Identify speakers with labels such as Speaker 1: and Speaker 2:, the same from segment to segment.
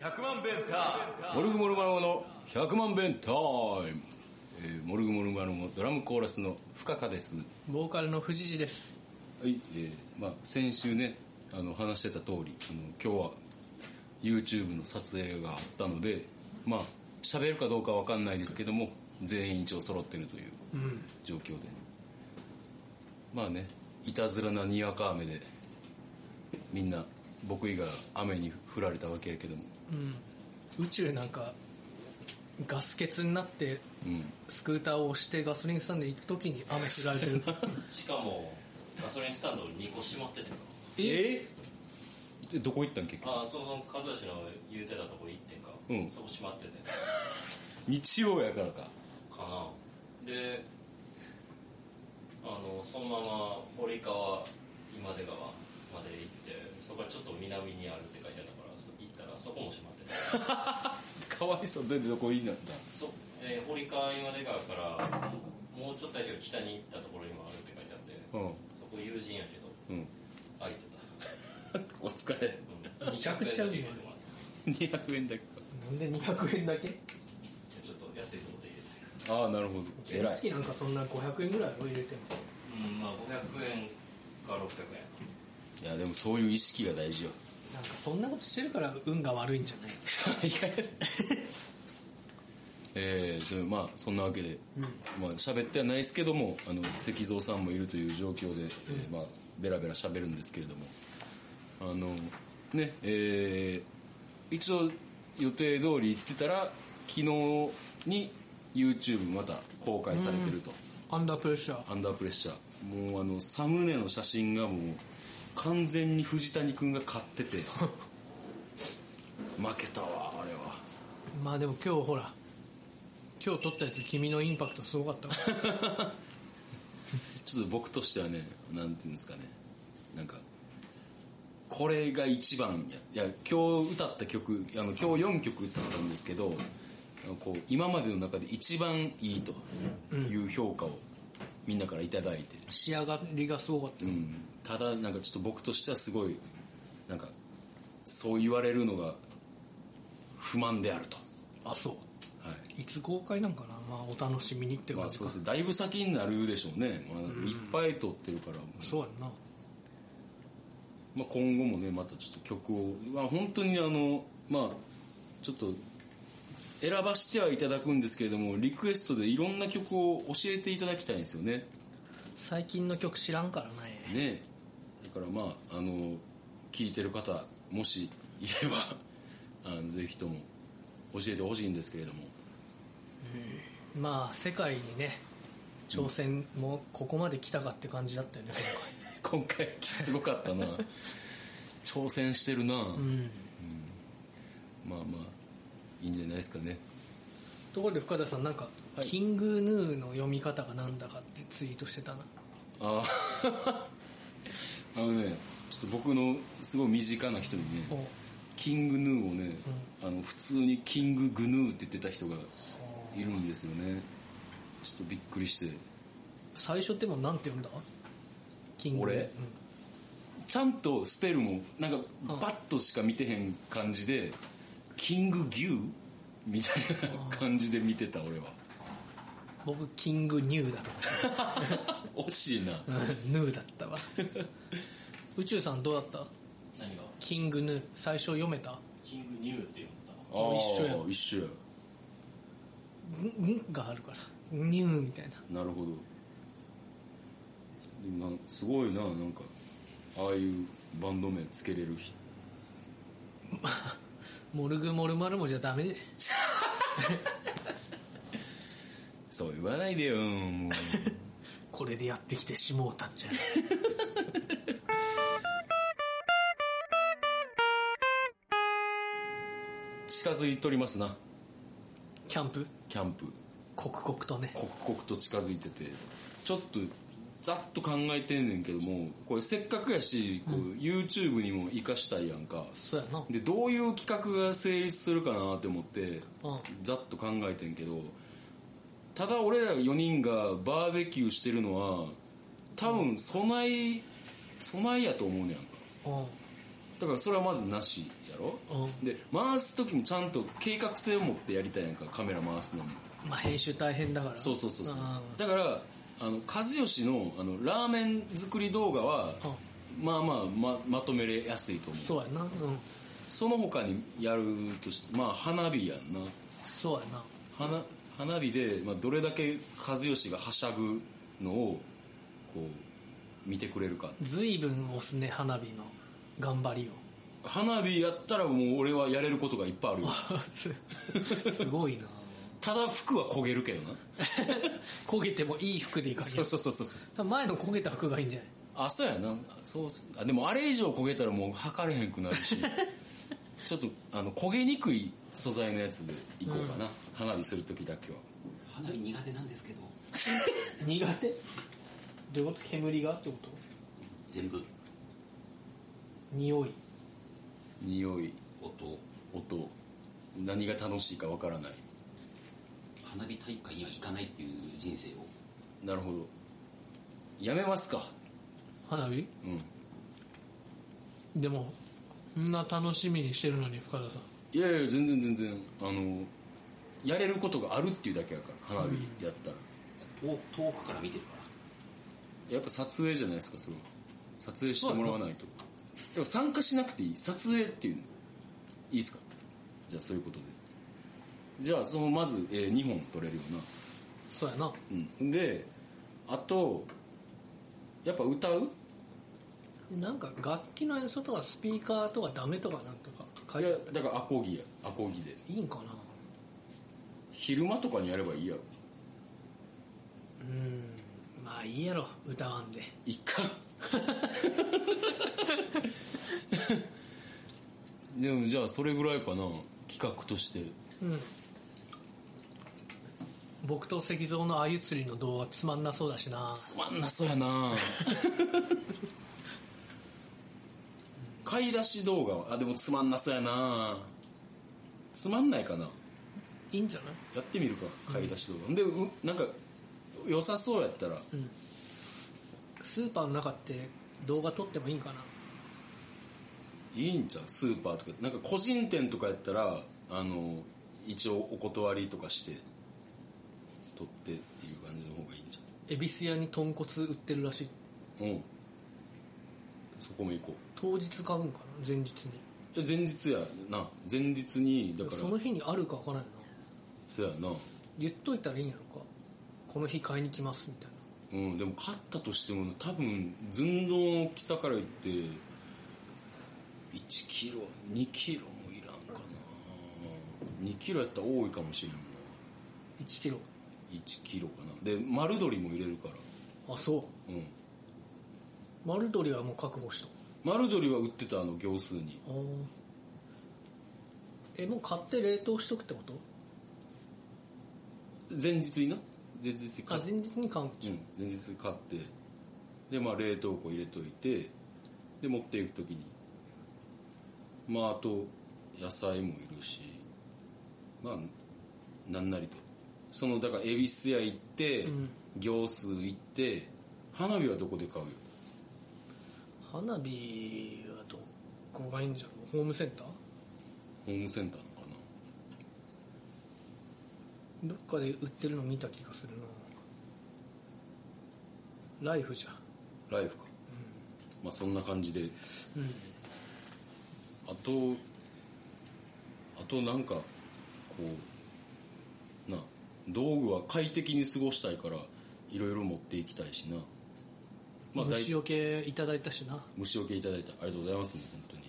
Speaker 1: 100万弁タイムモルグモルマルモの100万弁タイム、えーモルグモルマルモドラムコーラスの深川ですは
Speaker 2: ボーカルの藤次です。
Speaker 1: い、えーまあ、先週ねあの話してた通りあの今日は YouTube の撮影があったのでまあ喋るかどうかわかんないですけども全員一応揃ってるという
Speaker 2: うん。
Speaker 1: 状況でまあねいたずらなにわか雨でみんな僕以外雨に降られたわけやけども
Speaker 2: 宇宙なんか、ガス欠になって、
Speaker 1: うん
Speaker 2: スクーターを押してガソリンスタンド行くときに雨降られてる。
Speaker 3: しかもガソリンスタンド2個閉まってて
Speaker 2: え
Speaker 1: でどこ行ったん結局
Speaker 3: ああそもそも和義の言うてたとこ行ってんか、
Speaker 1: うん
Speaker 3: そこ閉まってて
Speaker 1: 日曜やからか
Speaker 3: かなであのそのまま堀川今出川まで行ってそこはちょっと南にあるって書いてあったからそ行ったらそこも閉まってて
Speaker 1: かわいそうでどこになった
Speaker 3: そで堀川今出川からもうちょっとだけ北に行ったところにもあるって書いてあって
Speaker 1: うん
Speaker 3: そこ友人やけど
Speaker 1: うん
Speaker 3: 空いてた、
Speaker 1: お疲れ
Speaker 3: うん、
Speaker 2: めちゃくちゃうまい
Speaker 3: 200円だけ入れてもらって
Speaker 1: 200円だけか
Speaker 2: なんで200円だけ
Speaker 3: じゃあちょっと安いところで入れて
Speaker 1: ああなるほど偉い
Speaker 2: 好きなんかそんな500円ぐらいを入れても。
Speaker 3: うんまあ500円か600
Speaker 1: い
Speaker 3: 円
Speaker 1: やでもそういう意識が大 事よ
Speaker 2: なんかそんなことしてるから運が悪いんじゃない
Speaker 1: えー、とまあそんなわけで、まあ喋ってはないですけどもあの石蔵さんもいるという状況で、えーまあ、ベラベラ喋るんですけれどもあのねえー一応予定通り行ってたら昨日に YouTube また公開されてると、
Speaker 2: アンダープレッシャー。
Speaker 1: アンダープレッシャーもうあのサムネの写真がもう完全に藤谷君が勝ってて負けたわあれは
Speaker 2: まあでも今日ほら、今日撮ったやつ君のインパクトすごかったわ
Speaker 1: ちょっと僕としてはね、なんていうんですかね、なんか、これが一番や、いや、今日歌った曲、あの、今日4曲歌ったんですけど、あのこう、今までの中で一番いいという評価をみんなからいただいて、
Speaker 2: 仕上がりがすごかった
Speaker 1: う。ん、ただなんかちょっと僕としてはすごい、なんか、そう言われるのが不満であると。
Speaker 2: あ、そう。
Speaker 1: はい。
Speaker 2: いつ公開なんかなまあお楽しみにって
Speaker 1: ま
Speaker 2: 感
Speaker 1: あ
Speaker 2: じ
Speaker 1: そう
Speaker 2: か。
Speaker 1: ですね、だいぶ先になるでしょうね。まあ、いっぱい撮ってるから。
Speaker 2: そうやんな。
Speaker 1: まあ、今後もねまたちょっと曲を、まあ、本当にあのまあちょっと選ばしてはいただくんですけれどもリクエストでいろんな曲を教えていただきたいんですよね
Speaker 2: 最近の曲知らんからね。
Speaker 1: ねだからまああの聞いてる方もしいれば あのぜひとも教えてほしいんですけれども
Speaker 2: まあ世界にね挑戦もここまで来たかって感じだったよね、
Speaker 1: 今回すごかったな挑戦してるな、
Speaker 2: 今回うん
Speaker 1: まあまあいいんじゃないですかね
Speaker 2: ところで深田さんなんか、
Speaker 1: はい
Speaker 2: キングヌーの読み方がなんだかってツイートしてたな
Speaker 1: ああ あのねちょっと僕のすごい身近な人に
Speaker 2: お
Speaker 1: ねキングヌーをね、あの普通にキンググヌーって言ってた人がいるんですよねちょっとびっくりして
Speaker 2: 最初ってもうなんて読んだキングヌー
Speaker 1: 俺ちゃんとスペルもなんかバッとしか見てへん感じでキング牛みたいな感じで見てた俺は
Speaker 2: うん僕キングニューだと
Speaker 1: 惜しいな
Speaker 2: 思ったヌーだったわ宇宙さんどうだった
Speaker 3: 何が
Speaker 2: キングヌー最初読めた
Speaker 3: キングニューって言うんだ
Speaker 1: あー
Speaker 2: 一緒や
Speaker 1: 一緒や
Speaker 2: んんがあるからニューみたいな
Speaker 1: なるほどでもなんすごいななんかああいうバンド名つけれる人
Speaker 2: モルグモルマルモじゃダメで
Speaker 1: そう言わないでよ もう
Speaker 2: これでやってきてしもうたんじゃない
Speaker 1: 近づいとりますな
Speaker 2: キャンプ
Speaker 1: キャンプ
Speaker 2: 刻々とね
Speaker 1: 刻々と近づいててちょっとざっと考えてんねんけどもこれせっかくやしこう、YouTube にも活かしたいやんか
Speaker 2: そうやな
Speaker 1: でどういう企画が成立するかなって思って
Speaker 2: うん
Speaker 1: ざっと考えてんけどただ俺ら4人がバーベキューしてるのは多分備え備えやと思うねやんか
Speaker 2: う
Speaker 1: だからそれはまずなしやろ
Speaker 2: んうん
Speaker 1: で回す時もちゃんと計画性を持ってやりたいやんかカメラ回すのも
Speaker 2: まあ編集大変だから
Speaker 1: そうそうそうそう
Speaker 2: あ
Speaker 1: だからあの和義のあのラーメン作り動画は
Speaker 2: ーうん
Speaker 1: まあまあままとめれやすいと思うそ
Speaker 2: そうやなうん
Speaker 1: の他にやるとしてまあ花火やんな
Speaker 2: そうやな
Speaker 1: 花花火で、まあ、どれだけ和義がはしゃぐのをこう見てくれるか
Speaker 2: 随分押すね花火の頑張りを
Speaker 1: 花火やったらもう俺はやれることがいっぱいあるよ
Speaker 2: す すごいな
Speaker 1: ただ服は焦げるけどな
Speaker 2: 焦げてもいい服でいかに
Speaker 1: そうそうそうそうそう
Speaker 2: 前の焦げた服がいいんじゃない
Speaker 1: あそうやなそうそうあでもあれ以上焦げたらもう測れへんくなるしちょっとあの焦げにくい素材のやつでいこうかな、花火する時だけは
Speaker 4: 花火苦手なんですけど
Speaker 2: 苦手どういうこと煙がってこと
Speaker 4: 全部
Speaker 2: 匂い
Speaker 1: 匂い
Speaker 4: 音
Speaker 1: 音何が楽しいかわからない
Speaker 4: 花火大会には行かないっていう人生を
Speaker 1: なるほどやめますか
Speaker 2: 花火
Speaker 1: うん
Speaker 2: でもそんな楽しみにしてるのに深田さん
Speaker 1: いやいや全然全然あのやれることがあるっていうだけやから花火やったら、
Speaker 4: 遠遠くから見てるから
Speaker 1: やっぱ撮影じゃないですかそれは撮影してもらわないとでも参加しなくていい撮影っていうのいいですかじゃあそういうことでじゃあそのまず、え2本撮れるよ
Speaker 2: そうやな
Speaker 1: うな、うん、であとやっぱ歌う
Speaker 2: なんか楽器の演奏とかスピーカーとかダメとかなんとか書い
Speaker 1: い
Speaker 2: て
Speaker 1: や
Speaker 2: あった
Speaker 1: だからアコギやアコギで
Speaker 2: いいんかな
Speaker 1: 昼間とかにやればいいやろ
Speaker 2: うんまあいいやろ歌わんで
Speaker 1: いかんでもじゃあそれぐらいかな企画として
Speaker 2: うん僕と石像の鮎釣りの動画つまんなそうだしな
Speaker 1: つまんなそうやな買い出し動画はあでもつまんなそうやなつまんないかない
Speaker 2: いんじゃない
Speaker 1: やってみるか買い出し動画、でうなんか良さそうやったら
Speaker 2: スーパーの中って動画撮ってもいいんかない
Speaker 1: いんちゃうスーパーとかなんか個人店とかやったらあの一応お断りとかして取ってっていう感じの方がいいんじ
Speaker 2: 恵比寿屋に豚骨売ってるらしい
Speaker 1: ゃんうんそこも行こ
Speaker 2: 当日買うんかな前日に
Speaker 1: うで前日やな前日にだから
Speaker 2: その日にあるか分からんよな
Speaker 1: そやな
Speaker 2: 言っといたらいいんやろかこの日買いに来ますみたいな
Speaker 1: うんでも勝ったとしても多分寸胴の大きさから言って1キロ2キロもいらんかな2キロやったら多いかもしれんも
Speaker 2: 1キロ
Speaker 1: ん1キロかなで丸鶏も入れるから
Speaker 2: あそ
Speaker 1: うん
Speaker 2: う丸鶏はもう確保した
Speaker 1: 丸鶏は売ってたあの行数に
Speaker 2: あーえもう買って冷凍しとくってこと
Speaker 1: 前日にな前日に買
Speaker 2: あ
Speaker 1: って、
Speaker 2: 前日に買うん
Speaker 1: うん、前日に買ってでまあ冷凍庫入れといてで持っていく時にまああと野菜もいるしまあなんなりとそのだから恵比寿屋行って、
Speaker 2: うん
Speaker 1: 行数行って花火はどこで買うよ
Speaker 2: 花火はどこがいいんじゃろうホームセンター
Speaker 1: ホームセンターなのかな
Speaker 2: どっかで売ってるの見た気がするなライフじゃ
Speaker 1: ライフか、まあそんな感じで
Speaker 2: うん
Speaker 1: あとあとなんかこうな道具は快適に過ごしたいからいろいろ持っていきたいしなまあ
Speaker 2: 虫
Speaker 1: 大
Speaker 2: よけいただいたしな
Speaker 1: 虫よけいただいたありがとうございますもう本当に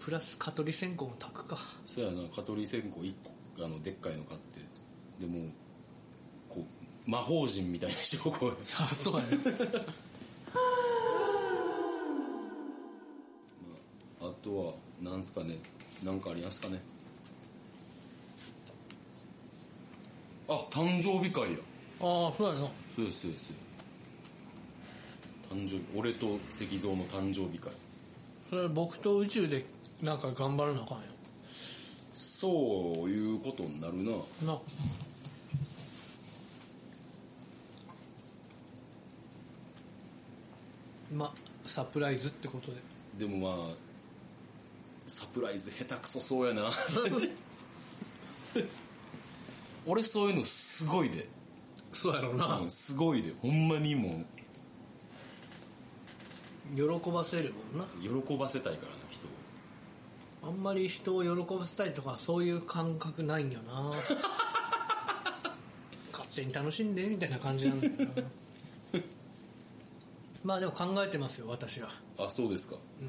Speaker 2: プラス蚊取り線香も炊くか
Speaker 1: そうやな蚊取り線香1個あのでっかいの買ってでもこう魔法陣みたいな人をこう
Speaker 2: あそうやね
Speaker 1: あとはなんすかねなんかありますかねあ誕生日会や
Speaker 2: ああそうやな
Speaker 1: そうですそうです誕生日俺と石像の誕生日会
Speaker 2: それ僕と宇宙でなんか頑張らなあかんよ
Speaker 1: そういうことになるな
Speaker 2: なまあサプライズってこと
Speaker 1: で
Speaker 2: で
Speaker 1: もまあサプライズ下手くそそうやな俺そういうのすごいで、
Speaker 2: そうやろうな
Speaker 1: うん、すごいでほんまにも
Speaker 2: 喜ばせるもんな
Speaker 1: う喜ばせたいからな人を
Speaker 2: あんまり人を喜ばせたいとかそういう感覚ないんよ な勝手に楽しんでみたいな感じなんだよ なまあでも考えてますよ私は
Speaker 1: あそうですか
Speaker 2: うん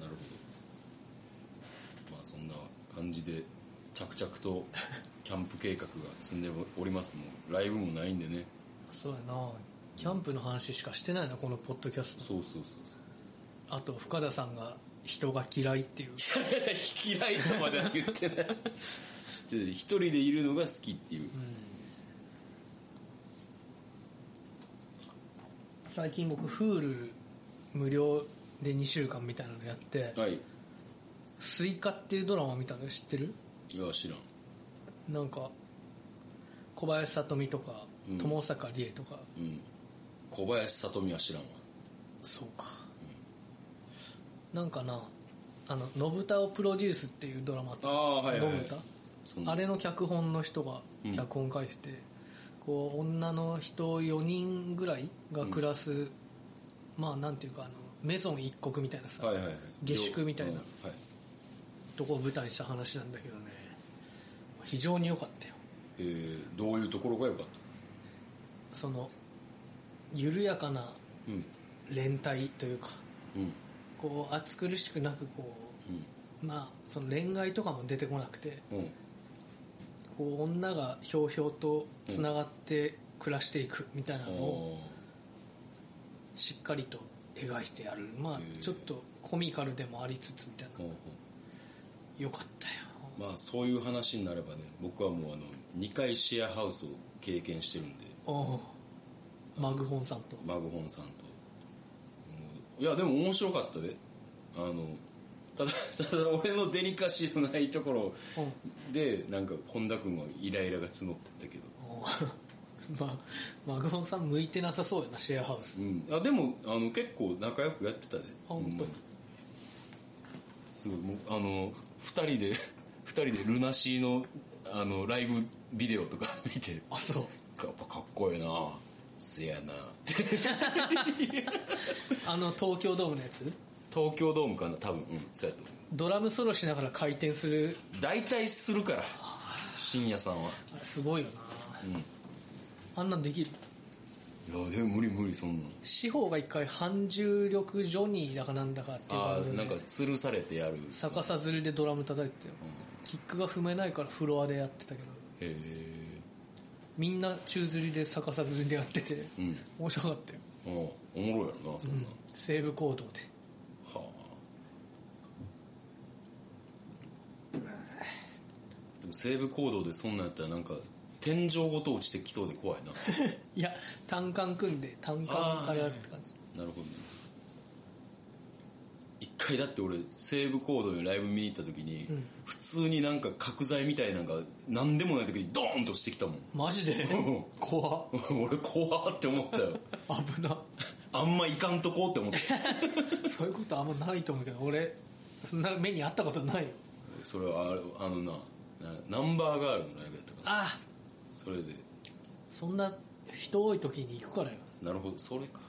Speaker 1: なるほどまあそんな感じで着々とキャンプ計画が進んでおりますもうライブもないんでね
Speaker 2: そうやなキャンプの話しかしてないなこのポッドキャスト
Speaker 1: そうそうそう そ
Speaker 2: あと深田さんが人が嫌いっていう
Speaker 1: う嫌いとまでは言ってない一人でいるのが好きっていう
Speaker 2: 最近僕 Hulu 無料で2週間みたいなのやって
Speaker 1: はい
Speaker 2: 「スイカ」っていうドラマ見たの知ってる
Speaker 1: いや知らん
Speaker 2: なんか小林さとみとか
Speaker 1: うん
Speaker 2: 友坂理恵とか、
Speaker 1: うん小林さとみは知らんわ
Speaker 2: そうか、なんかなあの「信太をプロデュース」っていうドラマと
Speaker 1: あ
Speaker 2: 「信太」
Speaker 1: そんな
Speaker 2: あれの脚本の人が
Speaker 1: うん
Speaker 2: 脚本書いてて、こう女の人4人ぐらいが暮らす、まあなんていうかあのメゾン一国みたいなさ、
Speaker 1: はいはいはい
Speaker 2: 下宿みたい
Speaker 1: う
Speaker 2: な
Speaker 1: んはい
Speaker 2: とこを舞台にした話なんだけどね非常に良かったよ
Speaker 1: えーどういうところが良かった
Speaker 2: その緩やかな
Speaker 1: うん
Speaker 2: 連帯というか
Speaker 1: うん
Speaker 2: こう暑苦しくなくこうまあその恋愛とかも出てこなくて
Speaker 1: うんうん
Speaker 2: こう女がひょうひょうとつながって暮らしていくみたいなのを、しっかりと描いてあるまあ
Speaker 1: へえ
Speaker 2: ちょっとコミカルでもありつつみたい
Speaker 1: あーほう
Speaker 2: な
Speaker 1: ほ
Speaker 2: よかったよ
Speaker 1: うまあそういう話になればね僕はもうあの2回シェアハウスを経験してるんで
Speaker 2: おうマグホンさんと
Speaker 1: マグホンさんとうんいやでも面白かったであのただ ただ俺のデリカシーのないところ
Speaker 2: うん
Speaker 1: でなんか本田君はイライラが募ってったけど
Speaker 2: おう まあマグホンさん向いてなさそうやなシェアハウス
Speaker 1: うん、あでもあの結構仲良くやってたで
Speaker 2: 本当
Speaker 1: ほんまにすごいもうあの2人で 二人でルナシーのあのライブビデオとか 見てや
Speaker 2: あそう
Speaker 1: っぱかっこええなせやなって
Speaker 2: あの東京ドームのやつ
Speaker 1: 東京ドームかな多分うんそうやと思
Speaker 2: ドラムソロしながら回転する
Speaker 1: う大体するから深夜さんは
Speaker 2: あれすごいよな
Speaker 1: う
Speaker 2: あんなんできる
Speaker 1: んいやでも無理無理そんなん
Speaker 2: 司法が一回反重力ジョニーだかなんだかっていう
Speaker 1: あ
Speaker 2: 番組
Speaker 1: ー
Speaker 2: で
Speaker 1: なんか吊るされてやる
Speaker 2: 逆さずりでドラム叩いてたよ
Speaker 1: うん
Speaker 2: キックが踏めないからフロアでやってたけど
Speaker 1: へえ
Speaker 2: みんな宙吊りで逆さ吊りでやってて、
Speaker 1: うん
Speaker 2: 面白かったよ、
Speaker 1: あーおもろいやろなそんなん、
Speaker 2: 西武行動で
Speaker 1: はあでも西武行動でそんなんやったらなんか天井ごと落ちてきそうで怖いな
Speaker 2: いや単管組んで単管からやるって感じ
Speaker 1: なるほどね一回だって俺西武行動にライブ見に行った時に、
Speaker 2: ん
Speaker 1: 普通になんか角材みたいなんか何でもない時にドーンと落ちてきたもん
Speaker 2: マジで
Speaker 1: うん
Speaker 2: 怖っ
Speaker 1: 俺怖って思ったよ
Speaker 2: 危な
Speaker 1: あんま行かんとこうって思った
Speaker 2: そういうことあんまないと思うけど俺そんな目にあったことないよ
Speaker 1: それはあれあのななナンバーガールのライブやったから
Speaker 2: ああ
Speaker 1: それで
Speaker 2: そんな人多い時に行くからよ
Speaker 1: なるほどそれか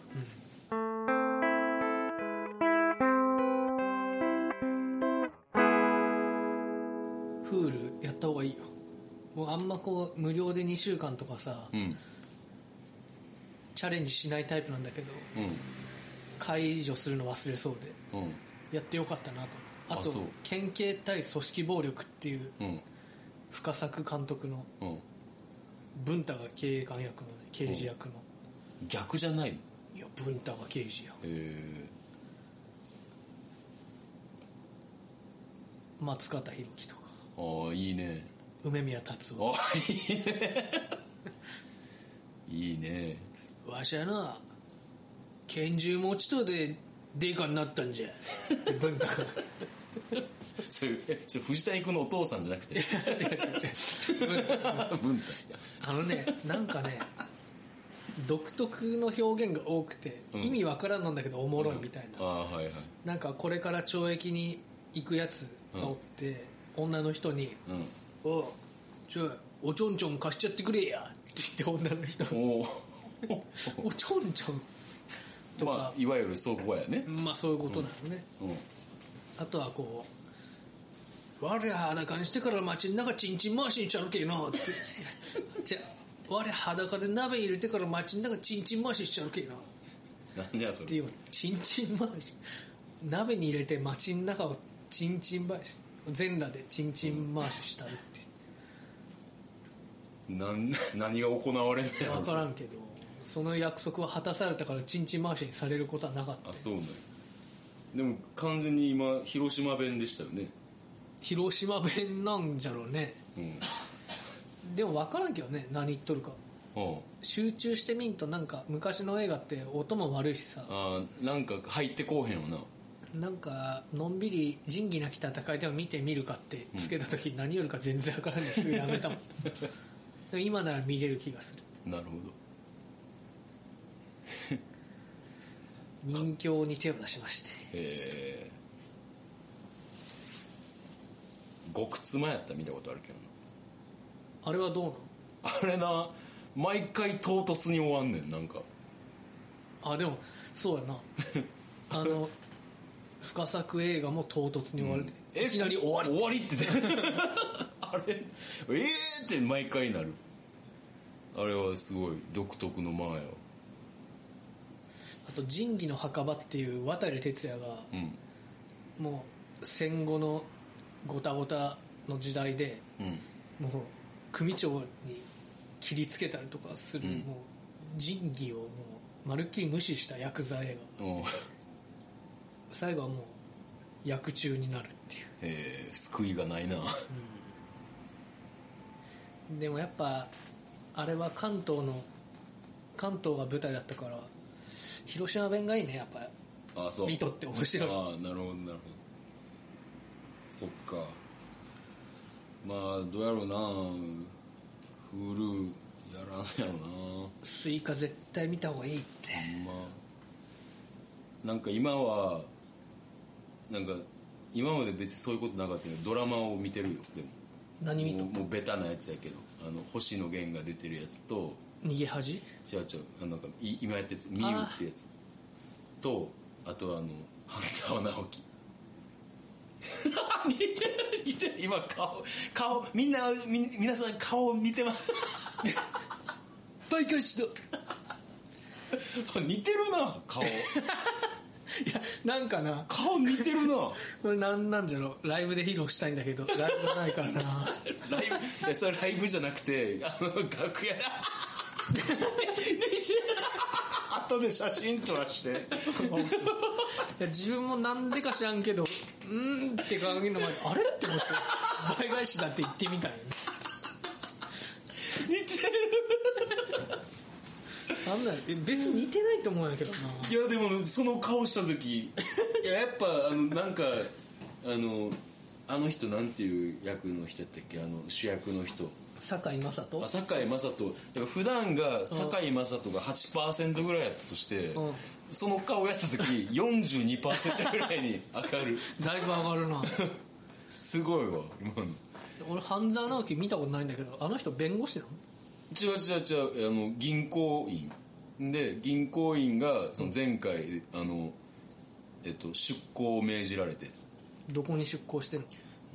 Speaker 2: フールやった方がいいよもうあんまこう無料で2週間とかさ
Speaker 1: うん
Speaker 2: チャレンジしないタイプなんだけど
Speaker 1: うん
Speaker 2: 解除するの忘れそうで
Speaker 1: うん
Speaker 2: やってよかったなとあと
Speaker 1: あそう
Speaker 2: 県警対組織暴力っていう
Speaker 1: うん
Speaker 2: 深作監督の
Speaker 1: うん
Speaker 2: 文太が警官役のね刑事役の、
Speaker 1: 逆じゃないのへ
Speaker 2: いや文太が刑事や
Speaker 1: え
Speaker 2: 松方弘樹とか
Speaker 1: ああいいね
Speaker 2: 梅宮達夫
Speaker 1: あいいねいいね
Speaker 2: わしはな拳銃持ちとでデカになったんじゃって文 太が
Speaker 1: それえそれ藤谷君のお父さんじゃなくて
Speaker 2: 違う違う違う文太
Speaker 1: 文太
Speaker 2: あのねなんかね独特の表現が多くて、
Speaker 1: うん
Speaker 2: 意味わからんのんだけどおもろいみたい
Speaker 1: あ
Speaker 2: な、
Speaker 1: あはいはい
Speaker 2: なんかこれから懲役に行くやつがおって、女の人に
Speaker 1: うん
Speaker 2: 「おうちょいおちょんちょん貸しちゃってくれや」って言って女の人が
Speaker 1: お
Speaker 2: 「 おちょんちょん」
Speaker 1: お
Speaker 2: とか、
Speaker 1: まあいわゆる倉庫やね
Speaker 2: まあそういうことなのね、
Speaker 1: うん
Speaker 2: あとはこう「我裸にしてから街の中ちんちん回しにしちゃるけえな」って「じゃ我裸で鍋入れてから街の中ちんちん回ししちゃるけえな」
Speaker 1: なんじゃそ
Speaker 2: って
Speaker 1: れ
Speaker 2: いうちんちん回し鍋に入れて街の中をちんちん回し全裸でちんちん回ししたるって
Speaker 1: なん何が行われんのやろ
Speaker 2: 分からんけどその約束は果たされたからちんちん回しにされることはなかった
Speaker 1: あそうねでも完全に今広島弁でしたよね
Speaker 2: 広島弁なんじゃろうね
Speaker 1: うん
Speaker 2: でも分からんけどね何言っとるか
Speaker 1: あ
Speaker 2: 集中してみんとなんか昔の映画って音も悪いしさ
Speaker 1: あなんか入ってこうへんよな
Speaker 2: なんかのんびり仁義なき戦いでも見てみるかってつけた時何よりか全然分からんですぐやめ たもんでも今なら見れる気がする
Speaker 1: なるほど
Speaker 2: 人形に手を出しまして
Speaker 1: えー、極妻やったら見たことあるけどな
Speaker 2: あれはどうなの
Speaker 1: あれな毎回唐突に終わんねんなんか
Speaker 2: あでもそうや なあの深作映画も唐突に終わるで、いきなり終わる
Speaker 1: 終わりってね あれえーって毎回なるあれはすごい独特の間やわ
Speaker 2: あと「仁義の墓場」っていう渡哲也が
Speaker 1: うん
Speaker 2: もう戦後のごたごたの時代で
Speaker 1: うん
Speaker 2: もう組長に切りつけたりとかする、
Speaker 1: うん
Speaker 2: もう仁義をもうまるっきり無視した薬剤映画
Speaker 1: おう
Speaker 2: 最後はもう薬中になるっていう
Speaker 1: えー、救いがないな
Speaker 2: でもやっぱあれは関東の関東が舞台だったから広島弁がいいねやっぱ
Speaker 1: あそう
Speaker 2: 見とって面白い
Speaker 1: ああなるほどなるほどそっかまあどうやろうなフルやらんやろう
Speaker 2: スイカ絶対見た方がいいって
Speaker 1: なほんまなんか今はなんか今まで別にそういうことなかったけどドラマを見てるよでも
Speaker 2: 何見と
Speaker 1: もうもうベタなやつやけどあの星野源が出てるやつと
Speaker 2: 逃げ恥
Speaker 1: 違う違うあのなんかい今やってるやつ「見る」ってやつとあとあの半沢直樹 似てる似てる今顔顔みんなみ皆さん顔似てます
Speaker 2: 媒介しだ
Speaker 1: 似てるな顔
Speaker 2: いやなんかな
Speaker 1: 顔似てるな
Speaker 2: これなんなんじゃろうライブで披露したいんだけどライブな いからな
Speaker 1: ライブいやそれライブじゃなくてあの楽屋だ似てる後で写真撮らして
Speaker 2: いや自分もなんでか知らんけどうーんって鏡の前であれって思って倍返しだって言ってみたいよね
Speaker 1: 似てる
Speaker 2: なんだよえ別に似てないと思うんやけどない
Speaker 1: やでもその顔した時いややっぱあのなんかあのあの人なんていう役の人やったっけあの主役の人
Speaker 2: 堺雅人
Speaker 1: あ堺雅人だから普段が堺雅人が8%ぐらいやったとして、
Speaker 2: うん
Speaker 1: その顔やった時42%ぐらいに上がる
Speaker 2: だいぶ上がるな
Speaker 1: すごいわ今の
Speaker 2: 俺半沢直樹見たことないんだけどあの人弁護士なの
Speaker 1: 違う違う違うあの銀行員で銀行員がその前回、あのえっと出向を命じられて
Speaker 2: どこに出向してんの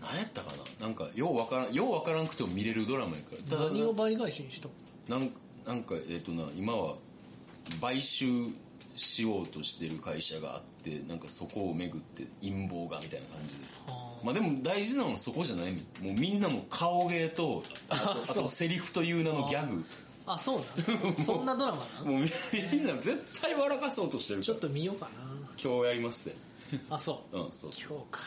Speaker 1: 何やったかななんかようわからんようわからんくても見れるドラマやからただ
Speaker 2: 何を倍返しにしたの
Speaker 1: なんなんかえっ、とな今は買収しようとしてる会社があってなんかそこを巡って陰謀がみたいな感じで
Speaker 2: あ
Speaker 1: まあでも大事なのはそこじゃないねもうみんなの顔芸とあとあとセリフという名のギャグ
Speaker 2: あそうなの そんなドラマなの
Speaker 1: もうみみんな絶対笑かそうとしてる
Speaker 2: ち
Speaker 1: か
Speaker 2: ょ
Speaker 1: ら
Speaker 2: っと見ようか
Speaker 1: 今日やりますぜ
Speaker 2: なあそう
Speaker 1: うんそう
Speaker 2: 今日か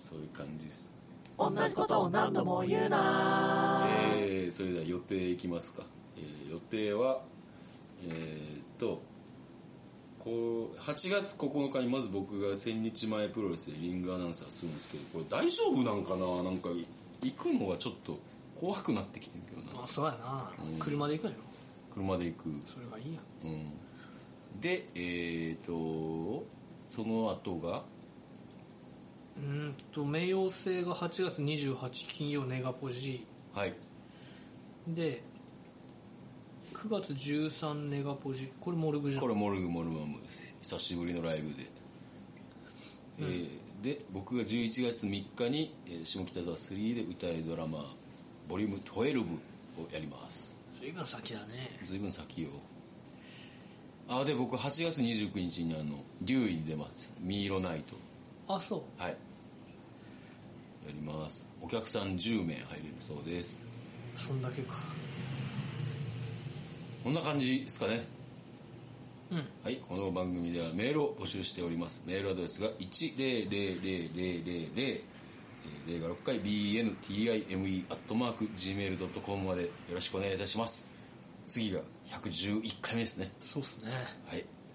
Speaker 1: そういう感じっす
Speaker 5: 同じことを何度も言うな
Speaker 1: えー、それでは予定いきますか、えー予定はえーっとこう8月9日にまず僕が千日前プロレスでリングアナウンサーするんですけどこれ大丈夫なんかななんか行くのがちょっと怖くなってきてるけどな
Speaker 2: あそうやな
Speaker 1: うん
Speaker 2: 車で行くんやろ
Speaker 1: 車で行く
Speaker 2: それがいいやん
Speaker 1: うんでえっ、とその後が
Speaker 2: うーんと冥王星が8月28金曜ネガポジ
Speaker 1: はい
Speaker 2: で9月13ネガポジこれモルグじゃん
Speaker 1: これモルグモルマムです久しぶりのライブで、えーで僕が11月3日に、えー下北沢3で歌いドラマボリューム12をやります
Speaker 2: それが先だね
Speaker 1: 随分先よあで僕8月29日にあの竜医に出ますミイロナイト
Speaker 2: あそう
Speaker 1: はいやりますお客さん10名入れるそうです
Speaker 2: そんだけか
Speaker 1: こんな感じですかね
Speaker 2: うん
Speaker 1: はい、この番組ではメールを募集しております。メールアドレスが1000000、えー0が6回 bntime.gmail.com までよろしくお願いいたします。次が111回目ですね。
Speaker 2: そうっすね
Speaker 1: はい、という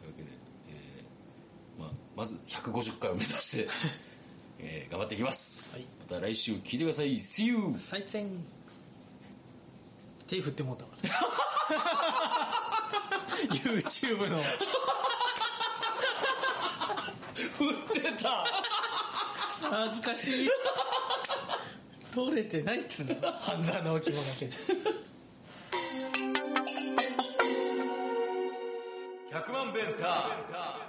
Speaker 1: わけで、えーまあ、まず150回を目指して、 えー頑張っていきます。
Speaker 2: はい
Speaker 1: また来週聞いてください。See you!
Speaker 2: 最前手振ってもうたから YouTube の
Speaker 1: 振ってた
Speaker 2: 恥ずかしい取れてないっつうの半沢直樹もだけ
Speaker 1: 100万ベンター